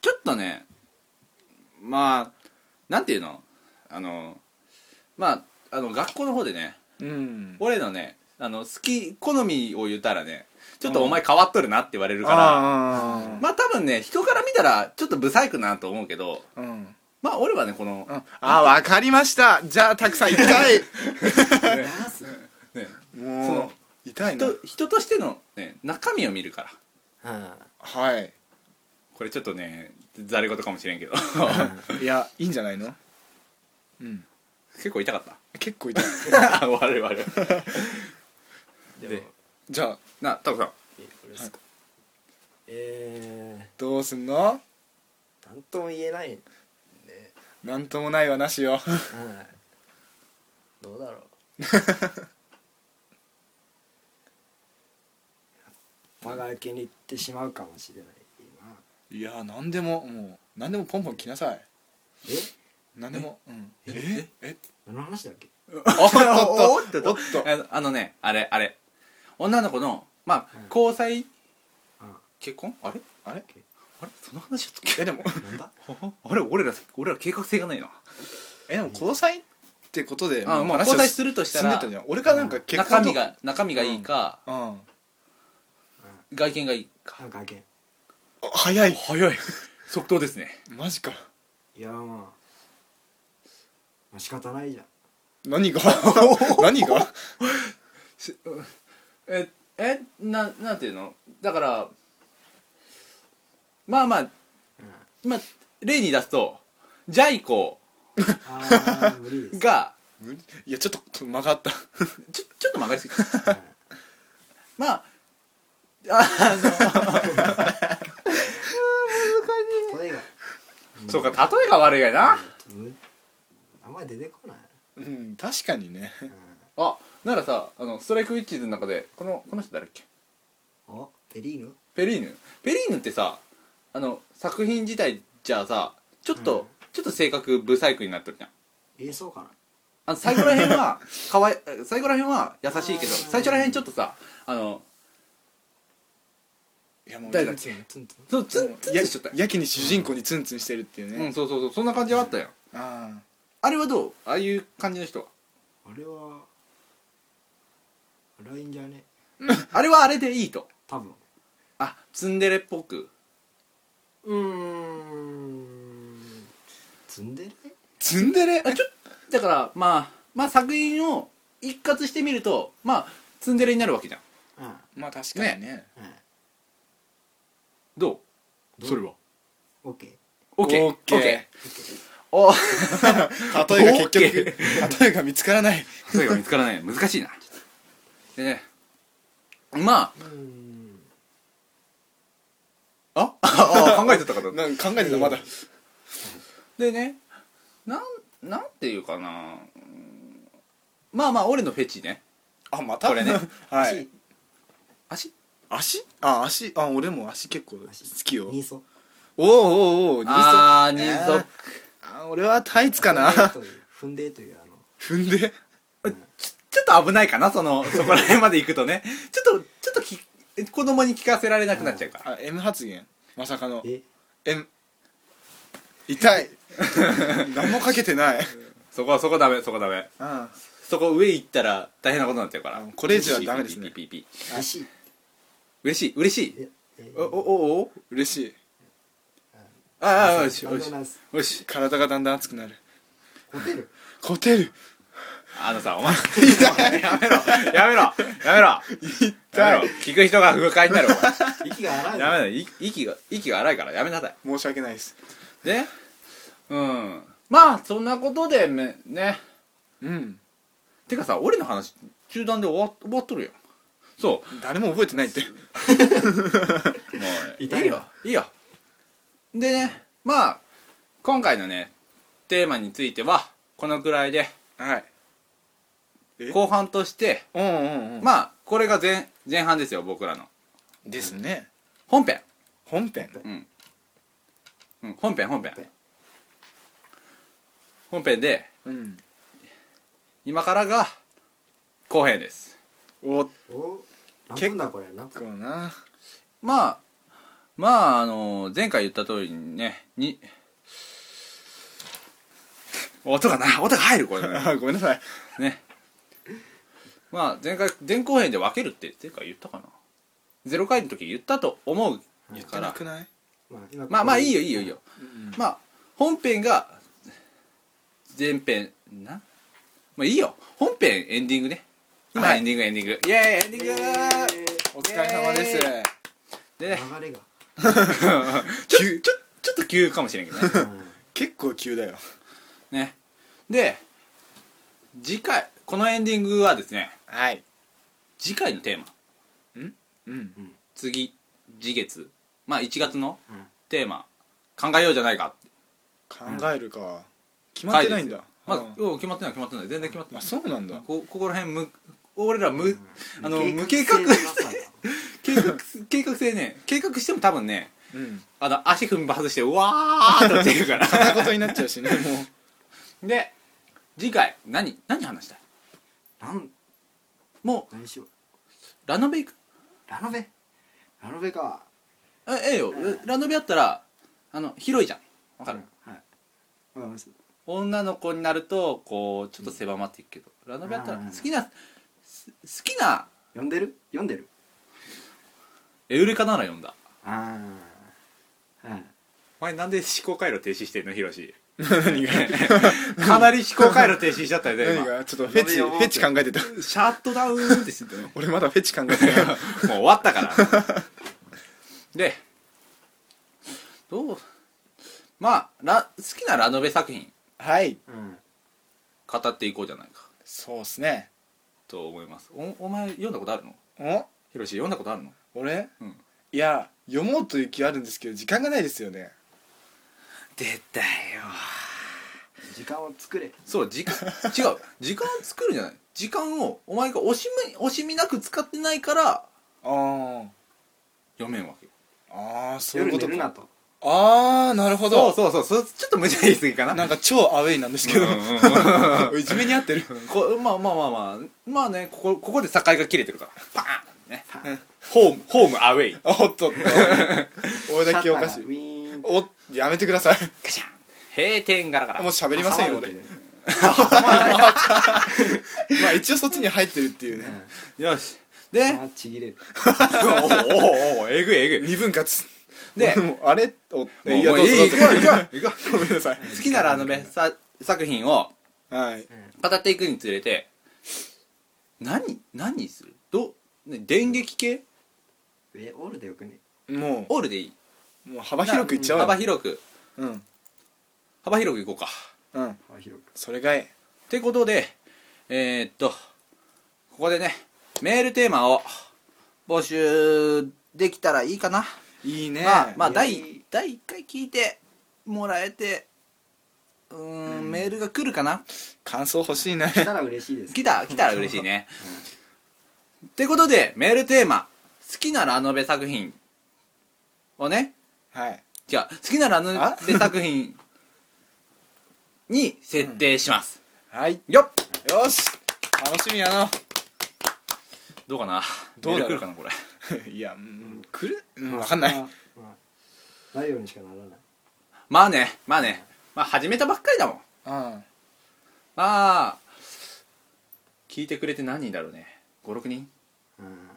Speaker 1: ちょっとねまあなんていうのあのまああの学校の方でね
Speaker 2: うん
Speaker 1: 俺のねあの好き好みを言ったらねちょっとお前変わっとるなって言われるから、
Speaker 2: あ
Speaker 1: まあ多分ね人から見たらちょっとブサイクなと思うけど
Speaker 2: あうん
Speaker 1: まあ俺はねこの、
Speaker 2: ああわかりましたじゃあたくさん一回
Speaker 1: ねねそ
Speaker 2: も
Speaker 1: の
Speaker 2: う痛いな
Speaker 1: 人人としての、ね、中身を見るから
Speaker 3: うん
Speaker 2: はい
Speaker 1: これちょっとねざれ言かもしれんけど
Speaker 2: いやいいんじゃないのうん
Speaker 1: 結構痛かっ
Speaker 2: 結構痛い
Speaker 1: た 悪い悪い
Speaker 3: でも
Speaker 1: で
Speaker 2: じゃあ
Speaker 1: なタコさん
Speaker 3: えこれですかえ
Speaker 2: どうすんの
Speaker 3: ーなんとも言えない
Speaker 2: なんともないはなしよ
Speaker 3: はいどうだろ うバカけに行ってしまうかもしれないない
Speaker 2: や何でももう何でもポンポン来なさい
Speaker 3: え
Speaker 2: 何でもうんええ
Speaker 3: 何の話だっけ
Speaker 1: おっとおっと
Speaker 2: おっと
Speaker 1: あのあのねあれあれ女の子のまあ交際
Speaker 3: あ
Speaker 1: 結婚あれ
Speaker 2: あれ
Speaker 1: あれその話だったっけ
Speaker 2: えでも
Speaker 3: なんだ
Speaker 1: あれ俺ら俺ら計画性がないな
Speaker 2: えでも交際ってことで
Speaker 1: あまあ交際するとしたら
Speaker 2: 進んでたじゃん俺がなんか結
Speaker 1: 中
Speaker 2: 婚と
Speaker 1: 身が中身がいいか、
Speaker 2: うんあ
Speaker 1: 外見がいいか
Speaker 3: バカけ
Speaker 2: 早い
Speaker 1: 早い即答ですね
Speaker 2: マジか
Speaker 3: いやまあまあ仕方ないじゃん
Speaker 2: 何 が何が
Speaker 1: ええななんていうのだからまあまあ、まあ例に出すとジャイコ
Speaker 3: あー無理です
Speaker 1: が
Speaker 2: 無理 いやちょっと曲がった
Speaker 1: ちょちょっと曲がりす ぎ
Speaker 3: はい
Speaker 1: まああ
Speaker 3: そ れが
Speaker 1: のそうか例えが悪いやな
Speaker 3: むあんまり出てこない
Speaker 2: うん確かにね
Speaker 1: あならさあのストライクウィッチーズの中でこのこの人誰だっけ
Speaker 3: おペリーヌ
Speaker 1: ペリーヌペリーヌってさあの作品自体じゃあさちょっと、
Speaker 3: うん
Speaker 1: ちょっと性格ブサイクになっとるじゃん
Speaker 3: ええそうかな
Speaker 1: あの最後らへんはかわい最後らへんは優しいけど
Speaker 3: あー
Speaker 1: 最初らへんちょっとさあの
Speaker 2: いやもう
Speaker 1: 誰だっ
Speaker 3: ツンツンツン
Speaker 1: そうツンツン
Speaker 2: や
Speaker 1: としちゃったよ
Speaker 2: やけに主人公にツンツンしてるっていう
Speaker 1: う
Speaker 2: ね
Speaker 1: んそうそうそうそんな感じはあったよ
Speaker 2: ああ
Speaker 1: あれはどうああいう感じの人は
Speaker 3: あれはあれはいいんじゃね
Speaker 1: あれはあれでいいと
Speaker 3: 多分
Speaker 1: あツンデレっぽく
Speaker 3: うーんツンデレ
Speaker 2: ツンデレ
Speaker 1: あちょだからまあまあ作品を一括してみるとまあツンデレになるわけじゃん
Speaker 3: うんうん
Speaker 2: まあ確かにね
Speaker 1: どう
Speaker 3: どう
Speaker 1: それは
Speaker 3: オッケー
Speaker 1: オッケー
Speaker 2: オッケー
Speaker 1: お
Speaker 2: 例えが結局 例えが見つからない
Speaker 1: 例えが見つからない難しいなでねま
Speaker 3: うーん
Speaker 1: ああ考えてたから
Speaker 2: なんか考えてたまだ
Speaker 1: でねなんなんていうかなうーんまあまあ俺のフェチね
Speaker 2: あまた
Speaker 1: これね
Speaker 2: はい
Speaker 1: 足
Speaker 2: 足あ足あ俺も足結構好
Speaker 3: 足
Speaker 2: きよ
Speaker 3: ニーソ
Speaker 2: おおおうおう二足
Speaker 1: あー二足
Speaker 2: あー俺はタイツかな
Speaker 3: 踏んでという踏んでという
Speaker 2: 踏
Speaker 3: あの
Speaker 2: んで
Speaker 1: ちょっと危ないかなそのそこら辺まで行くとね ちょっとちょっとき子供に聞かせられなくなっちゃうから
Speaker 2: あ M 発言まさかの
Speaker 3: え
Speaker 2: M 痛い何もかけてない
Speaker 1: そこはそこダメそこダメ
Speaker 2: あ
Speaker 1: そこ上行ったら大変なことになっちゃうから
Speaker 2: あこれ以上はダメですね
Speaker 1: ピーピーピーピーピー
Speaker 3: 足
Speaker 1: 嬉しい嬉しい
Speaker 3: ええ
Speaker 1: おおおお
Speaker 2: 嬉しい
Speaker 1: ああよし
Speaker 3: あり
Speaker 1: よし
Speaker 3: がとうございます
Speaker 1: よし
Speaker 2: 体がだんだん熱くなる
Speaker 3: ホテル
Speaker 2: ホテル
Speaker 1: あのさお前 やめろやめろやめろやめろ聞く人が不快になるお
Speaker 3: 息が荒
Speaker 1: 前や
Speaker 3: いな
Speaker 1: めろい息が息が荒いからやめなさい
Speaker 2: 申し訳ないです
Speaker 1: でうんまあそんなことでめね
Speaker 2: うん
Speaker 1: てかさ俺の話中断で終わ終わっとるやんそ
Speaker 2: 誰も覚えてないって
Speaker 1: うもうい
Speaker 3: 痛
Speaker 1: い
Speaker 3: い
Speaker 1: よ
Speaker 3: わ
Speaker 1: いいよでねまあ今回のねテーマについてはこのくらいで
Speaker 2: はいえ
Speaker 1: 後半として
Speaker 2: うんうんうん
Speaker 1: まあこれが前前半ですよ僕らの
Speaker 2: ですね
Speaker 1: 本編
Speaker 2: 本編
Speaker 1: うん、うん、本編本編本編で
Speaker 2: うん
Speaker 1: 今からが後編です
Speaker 2: おっ
Speaker 3: お何分だこれ何分
Speaker 2: こな
Speaker 1: まあまああの前回言った通りにねに音がな音が入るこれね
Speaker 2: あごめんなさい
Speaker 1: ねまあ前回前後編で分けるって前回言ったかなゼロ回の時言ったと思うから
Speaker 2: ない
Speaker 3: まあ今
Speaker 1: まあまあいいよいいよいいよ
Speaker 2: うん
Speaker 1: まあ本編が前編なまあいいよ本編エンディングね今、
Speaker 2: はい
Speaker 1: エンディングエンディングイエーイエンディング
Speaker 3: 流
Speaker 2: お疲れ様です
Speaker 1: イエでね
Speaker 3: れが
Speaker 1: ちょちょちょっと急かもしれんけどね
Speaker 2: 結構急だよ
Speaker 1: ねで次回このエンディングはですね
Speaker 2: はい
Speaker 1: 次回のテーマ
Speaker 2: うん
Speaker 1: 次次月まあ1月の
Speaker 3: うん
Speaker 1: テーマ考えようじゃないかって
Speaker 2: 考えるか決まってないんだ
Speaker 1: まだ
Speaker 2: あ
Speaker 1: うん決まってない決まってない全然決まってな
Speaker 2: あ
Speaker 1: い
Speaker 2: そうなんだ
Speaker 1: こここら辺む俺ら無、あの無計
Speaker 3: 計
Speaker 1: 画
Speaker 3: 画性のなさ
Speaker 1: 計画 計画性ね計画しても多分ね
Speaker 2: うん
Speaker 1: あの足踏み場外してうわーってなってるから
Speaker 2: 片言になっちゃうしねもう
Speaker 1: で次回何何話したい
Speaker 3: がなん
Speaker 1: もう
Speaker 3: 何しよう
Speaker 1: ラノベ行く
Speaker 3: ラノベラノベか
Speaker 1: あええよラノベやったらあの広いじゃんわかる、
Speaker 3: はいわかります
Speaker 1: 女の子になるとこうちょっと狭まっていくけど、ラノベやったら
Speaker 3: うん
Speaker 1: 好きなす好きな
Speaker 3: 読んでる読んでる
Speaker 1: エウレカなら読んだ
Speaker 3: ああはい
Speaker 1: お前なんで思考回路停止してんのヒロシ
Speaker 2: 何が
Speaker 1: かなり思考回路停止しちゃったよね
Speaker 2: 何
Speaker 1: 今
Speaker 2: がちょっとフェチ
Speaker 3: 飲み物
Speaker 2: フェチ考えてた
Speaker 1: シャットダウンってして たね
Speaker 2: 俺まだフェチ考えてない
Speaker 1: もう終わったからでどうまあラ好きなラノベ作品
Speaker 2: はい
Speaker 3: うん
Speaker 1: 語っていこうじゃないか
Speaker 2: そうっすね
Speaker 1: と思いますおお前読んだことあるの
Speaker 2: お
Speaker 1: ヒロシ読んだことあるの
Speaker 2: 俺、
Speaker 1: うん
Speaker 2: いや読もうという気はあるんですけど時間がないですよね
Speaker 1: 出たよ
Speaker 3: 時間を作れ
Speaker 1: そう時間違う時間を作るんじゃない時間をお前が惜しみ惜しみなく使ってないから
Speaker 2: あ
Speaker 1: 読めんわけ
Speaker 2: あああそういう
Speaker 3: 夜
Speaker 2: こと
Speaker 3: 寝るな
Speaker 2: か
Speaker 3: と
Speaker 2: ああなるほ
Speaker 1: そう
Speaker 2: ど
Speaker 1: そうそうそうちょっと無茶言いすぎかな
Speaker 2: なんか超アウェイなんですけど、 いじめにあってる
Speaker 1: こまあまあまあまあまあねここここで境が切れてるからパーンねホームホームアウェイ
Speaker 2: あおっとっと俺だけおかし
Speaker 3: シャッターがウ
Speaker 2: い
Speaker 3: ィーン
Speaker 2: おやめてください
Speaker 1: ガシャン閉店ガラガラ
Speaker 2: もう喋りませんよ
Speaker 3: 挟ま
Speaker 2: 俺
Speaker 3: れてる
Speaker 2: まあ一応そっちに入ってるっていうね
Speaker 1: よしで
Speaker 3: あちぎれる
Speaker 1: おおおおえぐいえぐい
Speaker 2: 二分割
Speaker 1: で
Speaker 2: でもうあれお
Speaker 1: もう
Speaker 2: いや
Speaker 1: もう
Speaker 2: どうぞどうぞ
Speaker 1: いいいい行こう行こ
Speaker 2: ごめんなさい
Speaker 1: 好きなラノベさ作品を
Speaker 2: はい
Speaker 1: 語っていくにつれて何何するどね電撃系
Speaker 3: えオールでよくね
Speaker 2: も
Speaker 1: オールでいい、
Speaker 2: うもう幅広くいっちゃおうよ
Speaker 1: 幅広く
Speaker 2: うん
Speaker 1: 幅広くいこうか
Speaker 2: うん
Speaker 3: 幅 広く
Speaker 2: それがいい
Speaker 1: ってことでえー、っとここでねメールテーマを募集できたらいいかな、
Speaker 2: いいね
Speaker 1: まあまあ
Speaker 3: ね
Speaker 1: 第第1回聞いてもらえてうーん
Speaker 2: うん
Speaker 1: メールが来るかな
Speaker 2: 感想欲し いね
Speaker 3: 来たら嬉しいです
Speaker 1: 来た来たら嬉しい ねってことでメールテーマ好きなラノベ作品をね
Speaker 2: はい
Speaker 1: じゃあ好きなラノ
Speaker 2: あ
Speaker 1: ベ作品に設定します、
Speaker 2: はい
Speaker 1: よっ
Speaker 2: よし楽しみやな
Speaker 1: どうかな
Speaker 2: どうだろう
Speaker 1: メール来るかなこれ
Speaker 2: いやうん来るうん分かんない
Speaker 3: まあまあないようにしかならない
Speaker 1: まあねまあねまあ始めたばっかりだもん
Speaker 2: うん
Speaker 1: まあ聞いてくれて何人だろうね56人
Speaker 3: うん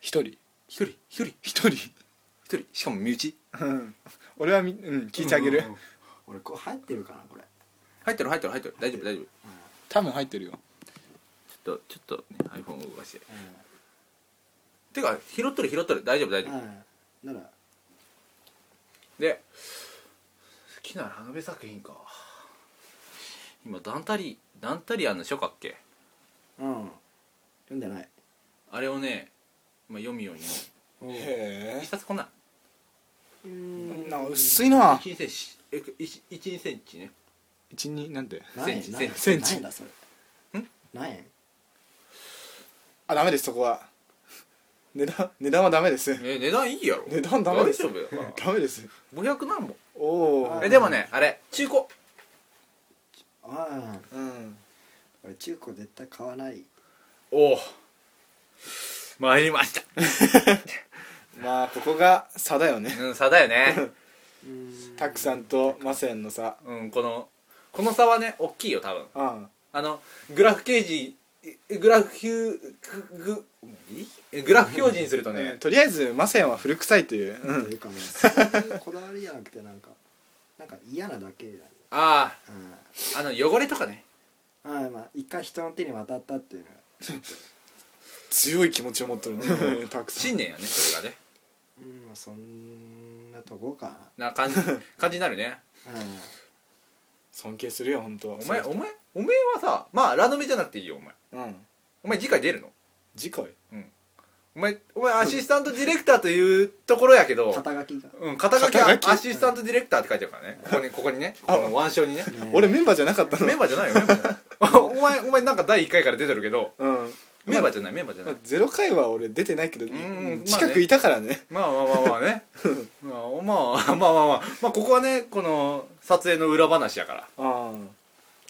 Speaker 2: 一人
Speaker 1: 1人1人1
Speaker 2: 一人
Speaker 1: 人しかも身内
Speaker 2: うん俺はみ、うん、聞いてあげる、
Speaker 3: うんうんうん俺こう入ってるかなこれ
Speaker 1: 入ってる入ってる入ってる大丈夫大丈夫
Speaker 2: 多分入ってるよ
Speaker 1: ちょっとちょっとね iPhone を動かしててか拾っとる拾っとる大丈夫大丈
Speaker 3: う
Speaker 1: 夫、
Speaker 3: んなら
Speaker 1: で好きなラノベ作品か今ダンタリダンタリアンの書書っけ
Speaker 3: うん読んでない
Speaker 1: あれをね、まあ、読むように
Speaker 2: へ
Speaker 1: 一冊こんな
Speaker 3: うん
Speaker 2: えんか薄いな
Speaker 1: 1 2センチえ一一二センチね
Speaker 2: 12なんて
Speaker 3: 何
Speaker 1: セン
Speaker 3: 円
Speaker 1: チ
Speaker 3: 何円
Speaker 2: センチ
Speaker 3: 何円だそれ
Speaker 1: ん
Speaker 3: 何円
Speaker 2: あダメですそこは 値段値段はダメです
Speaker 1: え値段いいやろ
Speaker 2: 値段ダメです
Speaker 1: 大丈夫よ
Speaker 2: ダメです
Speaker 1: 500何本
Speaker 2: おお
Speaker 3: あ
Speaker 1: えでもねあれ中古
Speaker 3: ああ
Speaker 2: うん
Speaker 3: 俺中古絶対買わない
Speaker 1: おお参りました
Speaker 2: まあここが差だよね
Speaker 1: うん差だよ ね
Speaker 3: うん
Speaker 2: たくさんとマセンの差
Speaker 1: うんこのこの差はね大きいよ多分
Speaker 2: うん
Speaker 1: あのグラフ形示グラフググえグラフ表示にすると
Speaker 2: うん
Speaker 1: ね
Speaker 2: とりあえずマセンは古臭いという、う
Speaker 3: と
Speaker 2: ん
Speaker 3: いうかねそういうこだわりじゃなくてなんかなんか嫌なだけだね
Speaker 1: あ
Speaker 3: うん
Speaker 1: ああの汚れとかね
Speaker 3: ああまあ一回人の手に渡ったっていうのは
Speaker 2: 強い気持ちを持ってるねたくさん
Speaker 1: 信念やねそれがね
Speaker 3: うんまあそんなとこかな
Speaker 1: な 感じ感じになるね
Speaker 3: う
Speaker 2: 尊敬するよ本当
Speaker 1: お前お前お前はさまあラノベじゃなくていいよお前
Speaker 2: うん
Speaker 1: お前次回出るの
Speaker 2: 次回
Speaker 1: お前お前アシスタントディレクターというところやけど
Speaker 3: ん肩書きが
Speaker 1: うん、肩書き
Speaker 2: 肩書き
Speaker 1: アシスタントディレクターって書いてあるからねここにここに ねこの腕章にね
Speaker 3: ね
Speaker 2: 俺メンバーじゃなかったの
Speaker 1: メンバーじゃないよメンバーじゃないお前お前なんか第1回から出てるけど
Speaker 2: うん
Speaker 1: メンバーじゃないメンバーじゃ
Speaker 2: ま
Speaker 1: ない
Speaker 2: あゼロ回は俺出てないけど
Speaker 1: ん
Speaker 2: 近くいたからね
Speaker 1: まあまあまあまあねまあまあまあまあまあまあここはねこの撮影の裏話やから
Speaker 2: あ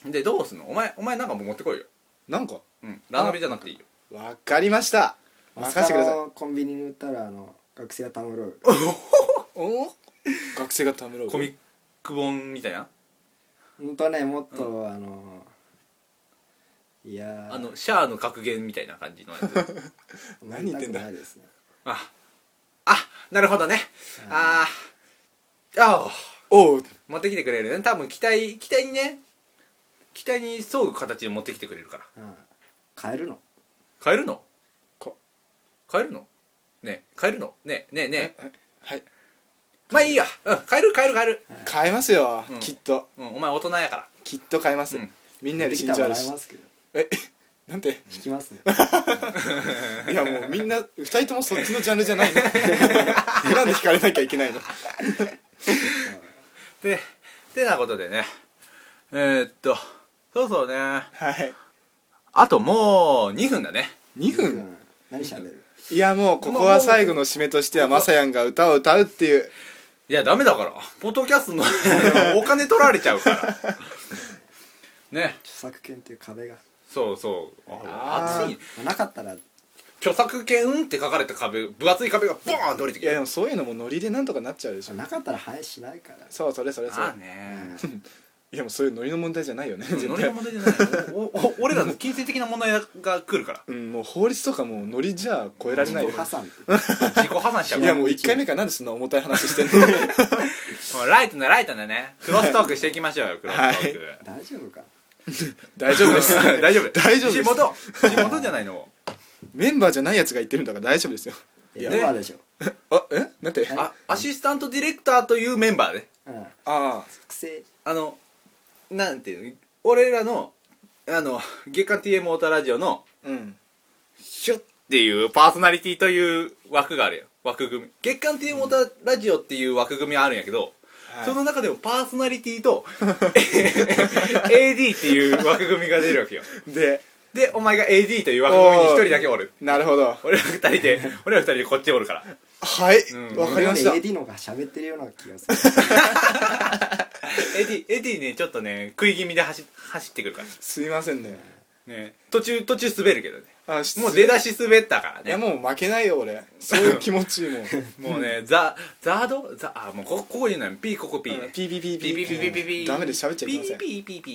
Speaker 2: あ
Speaker 1: でどうすんのお前お前なんかもう持ってこいよ
Speaker 2: なんか
Speaker 1: うんラノベじゃなくていいよ
Speaker 2: わかりました任せてください
Speaker 3: 明日のコンビニに売ったらあの学生がたむろう
Speaker 2: お学生がためろう
Speaker 1: コミック本みたいな
Speaker 3: 本当ねもっと、あのいやー
Speaker 1: あのシャアの格言みたいな感じのやつ
Speaker 2: 何言ってんだ
Speaker 3: なりたくないですね
Speaker 1: ああなるほどねあーああ
Speaker 2: おう
Speaker 1: 持ってきてくれるね多分期待期待にね期待に沿う形で持ってきてくれるから
Speaker 3: うん買えるの
Speaker 1: 買えるの
Speaker 2: か
Speaker 1: 買えるのねえ買えるのねえねえねえ
Speaker 2: はい
Speaker 1: まあいいやうん買える買える買える、
Speaker 2: 買えますよ、
Speaker 1: うん
Speaker 2: きっと
Speaker 1: うん、お前大人やから
Speaker 2: きっと買えます、
Speaker 1: うん
Speaker 2: みんな
Speaker 3: 買
Speaker 2: よ
Speaker 3: って
Speaker 2: り
Speaker 3: き
Speaker 2: 身
Speaker 3: た
Speaker 2: 長ある
Speaker 3: ら笑い
Speaker 2: し
Speaker 3: ますけど
Speaker 2: えなんて
Speaker 3: 聞き ますね
Speaker 2: いやもうみんな二人ともそっちのジャンルじゃないの なんで惹かれなきゃいけないの
Speaker 1: でてなことでねえー、っとそうそうね
Speaker 2: はい
Speaker 1: あともう2分だね
Speaker 2: 2
Speaker 3: う
Speaker 2: 分
Speaker 3: ん何しゃべる
Speaker 2: いやもうここは最後の締めとしてはまさやんが歌を歌うっていう
Speaker 1: いやダメだからポッドキャストの お金取られちゃうからね
Speaker 3: 著作権っていう壁が
Speaker 1: そうそう
Speaker 2: あー
Speaker 1: あ熱い
Speaker 3: まあなかったら
Speaker 1: 著作権って書かれた壁分厚い壁がボーンと降りて
Speaker 2: い
Speaker 1: き
Speaker 2: やで
Speaker 1: て
Speaker 2: もそういうのもノリでなんとかなっちゃうでしょ
Speaker 3: なかったら配しないから
Speaker 2: そうそれそれそれ
Speaker 1: まあね
Speaker 2: いやもうそういうノリの問題じゃないよね
Speaker 1: ノ
Speaker 2: 絶
Speaker 1: リの
Speaker 2: 対
Speaker 1: 問題じゃないおお俺らの金銭的な問題が来るか
Speaker 2: うんもう法律とかもうノリじゃ超えられないよ
Speaker 3: ハサミ
Speaker 1: ら自己破産しちゃう
Speaker 2: い
Speaker 1: か
Speaker 2: や
Speaker 1: ら
Speaker 2: もう1回目からなんでそんな重たい話してんの
Speaker 1: もうライトなライトなねクロストークしていきましょうよクロストーク、
Speaker 3: 大丈夫か
Speaker 2: 大丈夫です
Speaker 1: 大丈夫
Speaker 2: 大丈夫で
Speaker 1: 地
Speaker 2: す
Speaker 1: 元地元じゃないの
Speaker 2: メンバーじゃないやつが言ってるんだから大丈夫ですよ
Speaker 3: いやそうでしょ
Speaker 2: あえなんて
Speaker 1: あアシスタントディレクターというメンバーで
Speaker 3: うん
Speaker 2: あ
Speaker 3: 癖
Speaker 1: あのなんていうの俺らのあの月刊 TM オータラジオの
Speaker 2: あうん
Speaker 1: シュッっていうパーソナリティという枠があるよ枠組み月刊 TM オータラジオっていう枠組みはあるんやけど、
Speaker 2: はい
Speaker 1: その中でもパーソナリティ と AD っていう枠組みが出るわけよ
Speaker 2: で
Speaker 1: でお前が AD という枠組みに一人だけおる
Speaker 2: なるほど
Speaker 1: 俺ら二人で俺ら二人でこっちおる から
Speaker 2: はい、
Speaker 1: うん
Speaker 2: わかりました
Speaker 3: 今まで AD の方が喋ってるような気がする
Speaker 1: AD, AD ねちょっとね食い気味で走走ってくるか
Speaker 2: すいませんね
Speaker 1: らね途中途中滑るけどね
Speaker 2: あし
Speaker 1: もう出だし滑ったから
Speaker 2: いや
Speaker 1: ね
Speaker 2: もう負けないよ俺そういう気持ち も
Speaker 1: もうねザザードザあもうここここにいないピーここピーね
Speaker 2: ピーピーピー
Speaker 1: ピーピーピーピーピーピー
Speaker 2: ダメで喋っちゃいけません
Speaker 1: ピーピーピ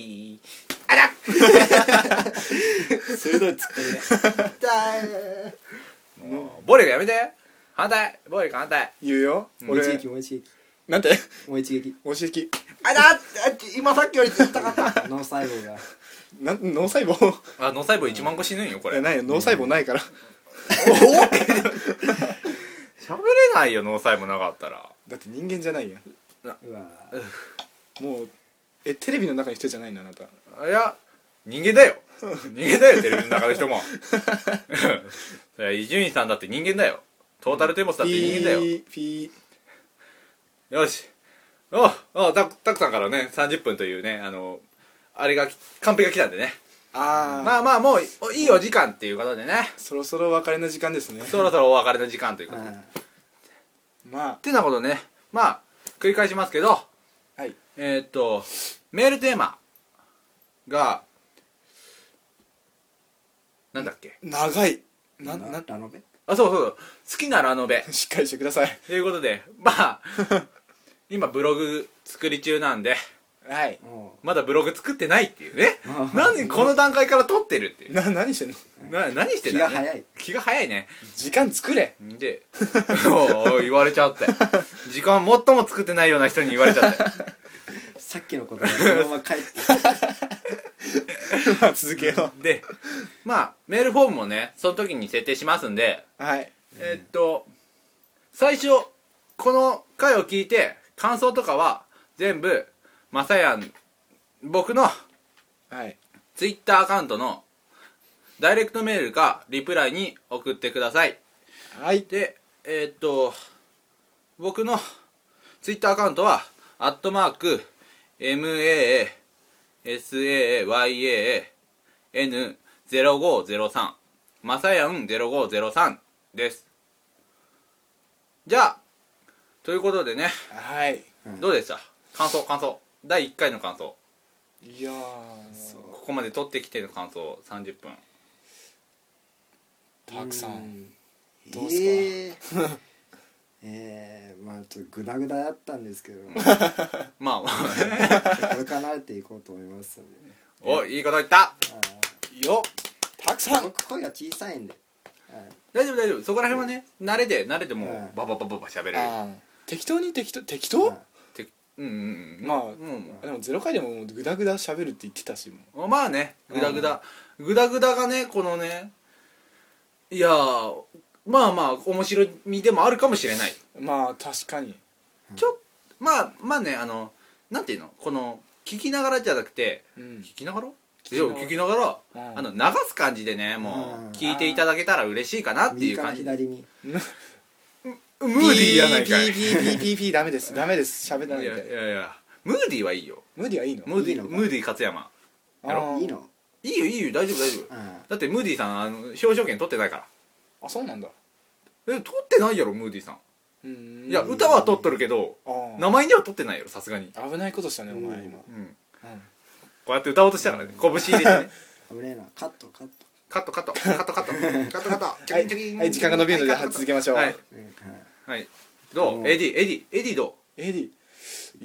Speaker 1: ーピ
Speaker 3: 鋭いツッコミね痛い
Speaker 1: ーもう暴力やめて反対暴力反対
Speaker 2: 言うよ
Speaker 1: うん
Speaker 2: 俺
Speaker 3: 気持ちいい気持ちいい
Speaker 2: なんて
Speaker 3: もう一撃
Speaker 2: おしき
Speaker 4: あだあ今さっきより高かった
Speaker 3: 脳細胞が
Speaker 2: なん脳細胞
Speaker 1: あ脳細胞1万個死ぬんよこ
Speaker 2: こ
Speaker 1: れ
Speaker 2: れ
Speaker 1: 喋
Speaker 2: ないよ脳細胞ないから
Speaker 1: れないよ脳細胞なかったら
Speaker 2: だって人間じゃないや
Speaker 3: うわ
Speaker 2: んもうえテレビの中に人じゃないのあなた
Speaker 1: いや人間だよ人間だよテレビの中の人 もいや伊集院さんだって人間だよトータルテンボスだって人間だよ
Speaker 2: ピーピ
Speaker 1: よしおおたたくさんからね30分というねあのあれがきカンペが来たんでね
Speaker 2: ーああ
Speaker 1: まあまあもうおいいお時間っていうことでね
Speaker 2: そろそろお別れの時間ですね
Speaker 1: そろそろお別れの時間ということで、っ
Speaker 2: ま
Speaker 1: てなことでねまあ繰り返しますけど
Speaker 2: あはい
Speaker 1: えーっとメールテーマがなんだっけ
Speaker 2: 長いな
Speaker 3: な
Speaker 2: な
Speaker 3: ラノベ
Speaker 1: あそうそうそう好きなラノベ
Speaker 2: しっかりしてください
Speaker 1: ということでま あ今ブログ作り中なんで
Speaker 2: はい
Speaker 3: も
Speaker 1: まだブログ作ってないっていうね
Speaker 3: ああ
Speaker 1: 何この段階から撮ってるっていう
Speaker 2: な何してんの
Speaker 1: な何してん
Speaker 3: 気
Speaker 1: だ
Speaker 3: が
Speaker 1: ね
Speaker 3: 早い
Speaker 1: 気が早いね
Speaker 2: 時間作れ
Speaker 1: で おお言われちゃって時間最も作ってないような人に言われちゃって
Speaker 3: さっきのことがそのまま帰って
Speaker 2: まあ続けよ
Speaker 1: でまあメールフォームもねその時に設定しますんで
Speaker 2: うはい
Speaker 1: えっと最初この回を聞いて感想とかは全部まさやん僕の
Speaker 2: はい
Speaker 1: ツイッターアカウントのダイレクトメールかリプライに送ってください
Speaker 2: はい
Speaker 1: でえーっと僕のツイッターアカウントはアットマーク MASAYAN0503 マサヤン0503ですじゃあということでね
Speaker 2: はい
Speaker 1: どうでした感想感想第1回の感想
Speaker 2: いやー
Speaker 1: ここまで取ってきての感想30分
Speaker 2: たくさ
Speaker 3: うんん
Speaker 2: どうっ
Speaker 3: すかえーえーまあちょっとグダグダだったんですけ ど
Speaker 1: まあ
Speaker 3: これから慣れていこうと思いますんで
Speaker 1: おいいこと言った
Speaker 2: よたくさん
Speaker 3: 僕声が小さいんではい
Speaker 1: 大丈夫大丈夫そこら辺はね慣れて慣れても
Speaker 3: うん
Speaker 1: うバババババ喋れる
Speaker 2: あー適当に適当適当、
Speaker 3: はい
Speaker 1: てうんうんうん
Speaker 2: まあ
Speaker 1: うん
Speaker 2: でもゼロ回でももうグダグダ喋るって言ってたしもう
Speaker 1: まあねグダグダグダグダがねこのねいやーまあまあ面白みでもあるかもしれない
Speaker 2: まあ確かに
Speaker 1: ちょまあまあねあのなんていうのこの聞きながらじゃなくて
Speaker 2: うん
Speaker 1: 聞きながら
Speaker 2: き
Speaker 1: い
Speaker 2: な
Speaker 1: や
Speaker 2: がら
Speaker 1: 聞きながら、
Speaker 2: うん
Speaker 1: あの流す感じでねも
Speaker 3: うん
Speaker 1: う聞いていただけたら嬉しいかなってい
Speaker 3: 右
Speaker 1: う
Speaker 3: から
Speaker 1: 感じムー
Speaker 3: 左に
Speaker 1: ディーやないかいい
Speaker 2: ピーピーピーピーピーピーダメですダメです喋ら
Speaker 1: や
Speaker 2: ないい
Speaker 1: やい
Speaker 2: で
Speaker 1: やいやムーディーはいいよ
Speaker 2: ムーディはいいの
Speaker 1: ムーディ
Speaker 3: いいの
Speaker 1: ー
Speaker 3: か
Speaker 1: ムーディー勝山
Speaker 2: あー
Speaker 3: いいの
Speaker 1: いいよいいよ大丈夫大丈夫
Speaker 3: あ
Speaker 1: だってムーディーさんあの表彰権取ってないか
Speaker 2: あそうなんだ
Speaker 1: らえ取ってないやろムーディーさん
Speaker 2: うーん
Speaker 1: いや歌は取っとるけど
Speaker 2: あー
Speaker 1: 名前には取ってないやろさすがに
Speaker 2: 危ないことしたね
Speaker 3: あ
Speaker 2: お前今
Speaker 1: うん
Speaker 2: うん
Speaker 1: こうやって歌おうとしたからね拳入れてね
Speaker 3: 危ねえなカットカット
Speaker 1: カットカットカットカットカットカットチ
Speaker 2: は
Speaker 1: ョキンチョキ
Speaker 2: い、
Speaker 1: ン
Speaker 2: はい、時間が伸びるので、
Speaker 1: は
Speaker 2: はいい、続けましょう、
Speaker 1: はい
Speaker 3: うんはい
Speaker 1: はいど
Speaker 3: う
Speaker 1: うんエディエディエディど
Speaker 2: エディ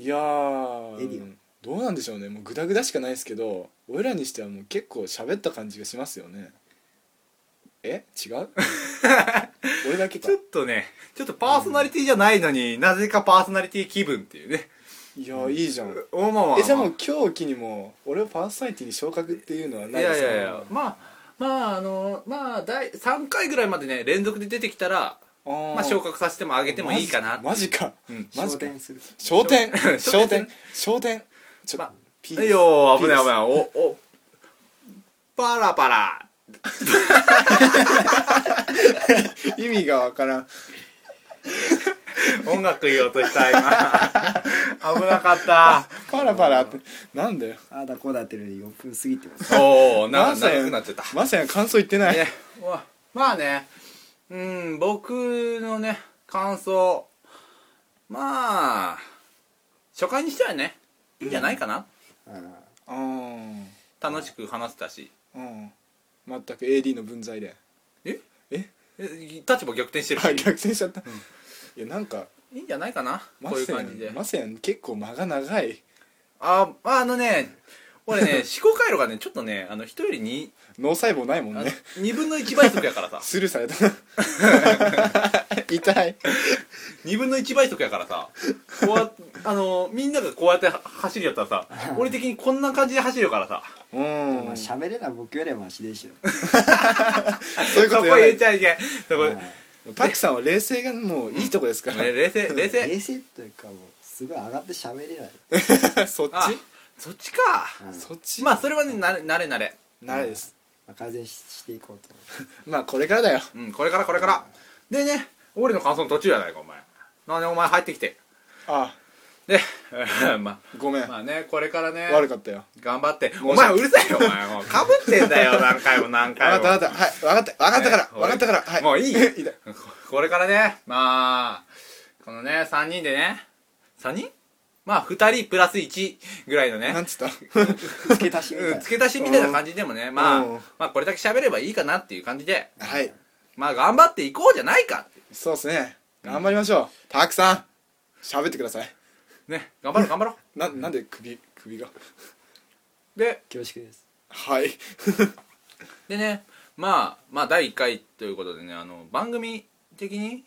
Speaker 2: いやー
Speaker 3: エディは
Speaker 2: どうなんでしょうねもうグダグダしかないですけど俺らにしてはもう結構喋った感じがしますよねえ違 う俺だけ
Speaker 1: う
Speaker 2: か
Speaker 1: ちょっとねちょっとパーソナリティじゃないのになぜかパーソナリティ気分っていうね
Speaker 2: いやーいいじゃん
Speaker 1: おまあまあまあ
Speaker 2: えじゃあもう今日を機にもう俺をパーソナリティに昇格っていうのはいないで
Speaker 1: や
Speaker 2: す
Speaker 1: い
Speaker 2: か
Speaker 1: やいやまあまああのまあ第3回ぐらいまでね連続で出てきたら
Speaker 2: ま
Speaker 1: まあ昇格させても上げてもいいかな
Speaker 2: マジか
Speaker 1: うん
Speaker 2: マジ
Speaker 3: 昇
Speaker 2: か
Speaker 3: 天する
Speaker 2: 昇天
Speaker 1: 昇
Speaker 2: 昇
Speaker 1: 天
Speaker 2: 天昇天ちょ
Speaker 1: まあ
Speaker 2: ピ
Speaker 1: いいよ
Speaker 2: ピ
Speaker 1: 危な
Speaker 2: ーで
Speaker 1: い
Speaker 2: す
Speaker 1: 危ないおおパラパラ
Speaker 2: 意味がわからん
Speaker 1: 音楽言おうとした今 危なかった
Speaker 2: パラパラってなんだよ
Speaker 3: ああだこうだってる4分過ぎてます
Speaker 1: おおな
Speaker 2: まさや
Speaker 1: 長くなっちゃった
Speaker 2: まさや感想言ってない
Speaker 1: ねうわまあねうん僕のね感想まあ初回にしてはねいいんじゃないかな、
Speaker 3: あー
Speaker 2: うん
Speaker 1: 楽しく話せたし
Speaker 2: うん全く AD の分際で
Speaker 1: え
Speaker 2: え
Speaker 1: え立場逆転してる
Speaker 2: あ
Speaker 1: し
Speaker 2: 逆転しちゃった、いやなんか
Speaker 1: いいんじゃないかなこ
Speaker 2: ま
Speaker 1: ういう
Speaker 2: さや
Speaker 1: 感じで
Speaker 2: んまさやん結構間が長い
Speaker 1: ああのねこれ ね思考回路がねちょっとねあの人よりに
Speaker 2: 脳細胞ないもん
Speaker 1: あの
Speaker 2: ね
Speaker 1: 2分の1倍速やから さ
Speaker 2: スルーされ たな痛い
Speaker 1: 2分の1倍速やからさこうやっあのみんながこうやっては走るやったらさ俺的にこんな感じで走るからさ
Speaker 2: うん
Speaker 3: まあ喋れない僕よりはマシでし ょ
Speaker 2: そういう
Speaker 1: そ
Speaker 2: こと
Speaker 1: こ
Speaker 2: 言わな
Speaker 1: 入れ
Speaker 2: い
Speaker 1: ちゃいけんそこ、
Speaker 2: パクさんは冷静がもういいとこですか
Speaker 1: ね冷静冷静
Speaker 3: 冷静というかもうすごい上がって喋れない
Speaker 2: ら そっ
Speaker 1: あそっちか
Speaker 3: うん
Speaker 2: ちそっち
Speaker 1: まあそれはねなれなれなれ
Speaker 2: 慣れです
Speaker 3: まあ改善ししていこうと思って
Speaker 2: まあこれからだよ
Speaker 1: うんこれからこれからでね俺の感想の途中やないかお前なんでお前入ってきて
Speaker 2: あ
Speaker 1: で ま
Speaker 2: ごめん
Speaker 1: あまあねこれからね
Speaker 2: 悪かったよ
Speaker 1: 頑張って
Speaker 2: 訳
Speaker 1: お前うるさいよお前もうかぶってんだよ何回も何
Speaker 2: 分か
Speaker 1: 回
Speaker 2: っ
Speaker 1: も
Speaker 2: た分かったはい分かった分かったから
Speaker 1: ね
Speaker 2: 分かったからはい
Speaker 1: もういい
Speaker 2: 痛い
Speaker 1: これからねまあこのね3人でね3人まあ2人プラス1ぐらいのね
Speaker 2: なんつった
Speaker 3: 付け足しみた
Speaker 1: う
Speaker 3: い
Speaker 1: ん
Speaker 3: な
Speaker 1: 付け足しみたいな感じでもねまあ
Speaker 2: うん
Speaker 1: まあこれだけ喋ればいいかなっていう感じで
Speaker 2: はい
Speaker 1: まあ頑張っていこうじゃないか
Speaker 2: そうですね頑張りましょうパクさん喋ってください
Speaker 1: ね頑張ろう頑張ろ
Speaker 2: ななんで首首が
Speaker 1: うで
Speaker 3: 恐縮です
Speaker 2: はい
Speaker 1: でねまあまあ第1回ということでねあの番組的に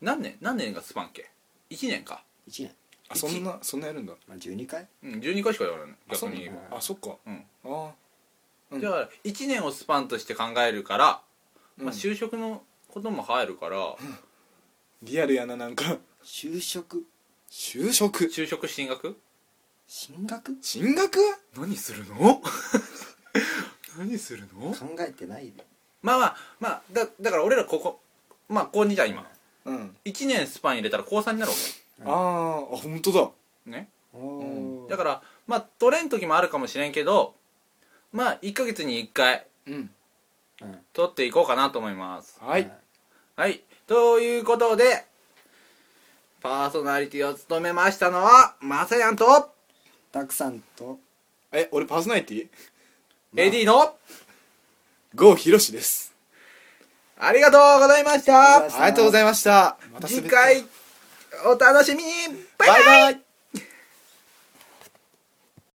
Speaker 1: 何年何年がスパンっけ1年か、
Speaker 3: 1年、
Speaker 2: あそんなそんなやるんだ
Speaker 3: まあ、12回
Speaker 1: うん、12回しかやらない
Speaker 2: あそ
Speaker 1: 逆
Speaker 2: う
Speaker 1: に言えば
Speaker 2: あそっか
Speaker 1: うん
Speaker 2: あうん
Speaker 1: だから1年をスパンとして考えるから、
Speaker 2: うん
Speaker 1: まあ、就職のことも入るから、
Speaker 2: リアルやななんか
Speaker 3: 就職
Speaker 2: 就職
Speaker 1: 就職進学
Speaker 3: 進学
Speaker 2: 進学
Speaker 1: 何する の何するの
Speaker 3: 考えてないで
Speaker 1: まあまあまあだだから俺らここまあ高2じゃん今
Speaker 2: うん
Speaker 1: 1年スパン入れたら高3になるわ
Speaker 2: あーあ本当だ
Speaker 1: けね
Speaker 3: おー
Speaker 1: だからまあ取れん時もあるかもしれんけどまあ1ヶ月に1回
Speaker 2: うん
Speaker 3: うん
Speaker 1: 取っていこうかなと思います
Speaker 2: はい
Speaker 1: はいということでパーソナリティを務めましたのはまさやんと
Speaker 3: たくさんと
Speaker 2: え俺パーソナリティ
Speaker 1: エディの
Speaker 2: 郷ひろしです
Speaker 1: ありがとうございました
Speaker 3: ありがとうございまし
Speaker 2: ありがとうございましたまた滑
Speaker 1: 次
Speaker 2: った
Speaker 1: 回お楽しみにバイバイ
Speaker 2: バイバイ